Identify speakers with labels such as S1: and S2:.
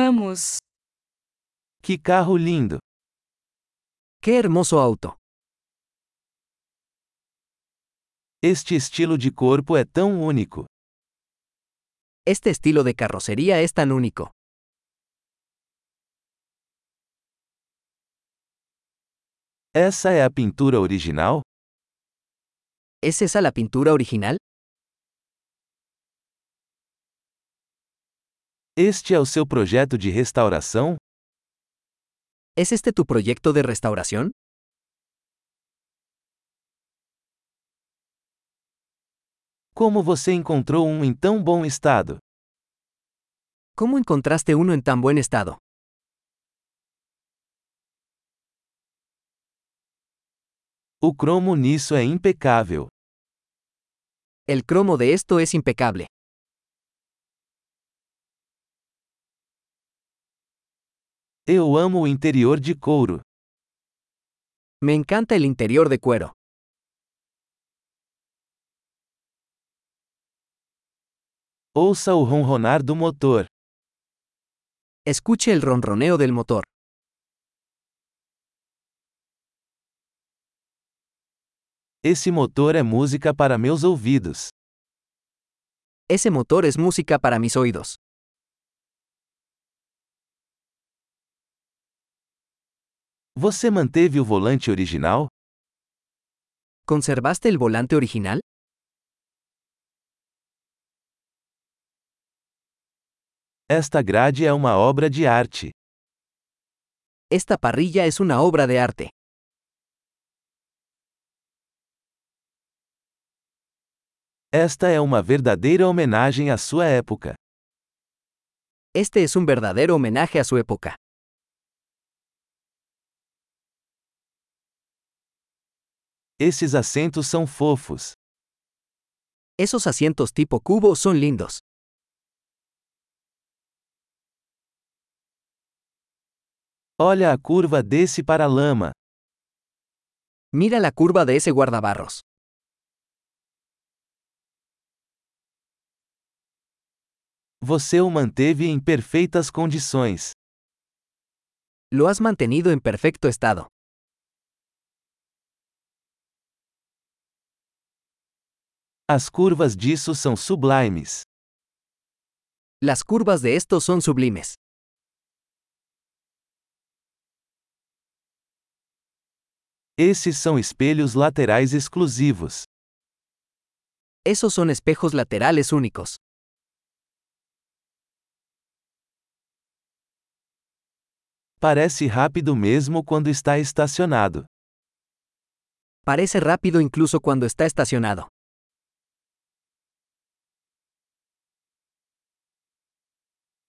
S1: Vamos!
S2: Que carro lindo!
S3: Qué hermoso auto.
S2: Este estilo de corpo é tão único.
S3: Este estilo de carrocería es tan único.
S2: Essa é a pintura original?
S3: ¿Es esa la pintura original?
S2: Este é o seu projeto de restauração?
S3: ¿Es este tu proyecto de restauración?
S2: Como você encontrou um em tão bom estado?
S3: ¿Cómo encontraste uno en tan buen estado?
S2: O cromo nisso é impecável.
S3: El cromo de esto es impecable.
S2: Eu amo o interior de couro.
S3: Me encanta el interior de cuero.
S2: Ouça o ronronar do motor.
S3: Escuche el ronroneo del motor.
S2: Esse motor é música para meus ouvidos.
S3: Ese motor es música para mis oídos.
S2: Você manteve o volante original?
S3: ¿Conservaste el volante original?
S2: Esta grade é uma obra de arte.
S3: Esta parrilla es una obra de arte.
S2: Esta é uma verdadeira homenagem à sua época.
S3: Este es un verdadero homenaje a su época.
S2: Esses assentos são fofos.
S3: Esos asientos tipo cubo son lindos.
S2: Olha a curva desse para-lama.
S3: Mira la curva de ese guardabarros.
S2: Você o manteve em perfeitas condições.
S3: Lo has mantenido en perfecto estado.
S2: As curvas disso são sublimes.
S3: Las curvas de estos son sublimes.
S2: Esses são espelhos laterais exclusivos.
S3: Esos son espejos laterales únicos.
S2: Parece rápido mesmo quando está estacionado.
S3: Parece rápido incluso cuando está estacionado.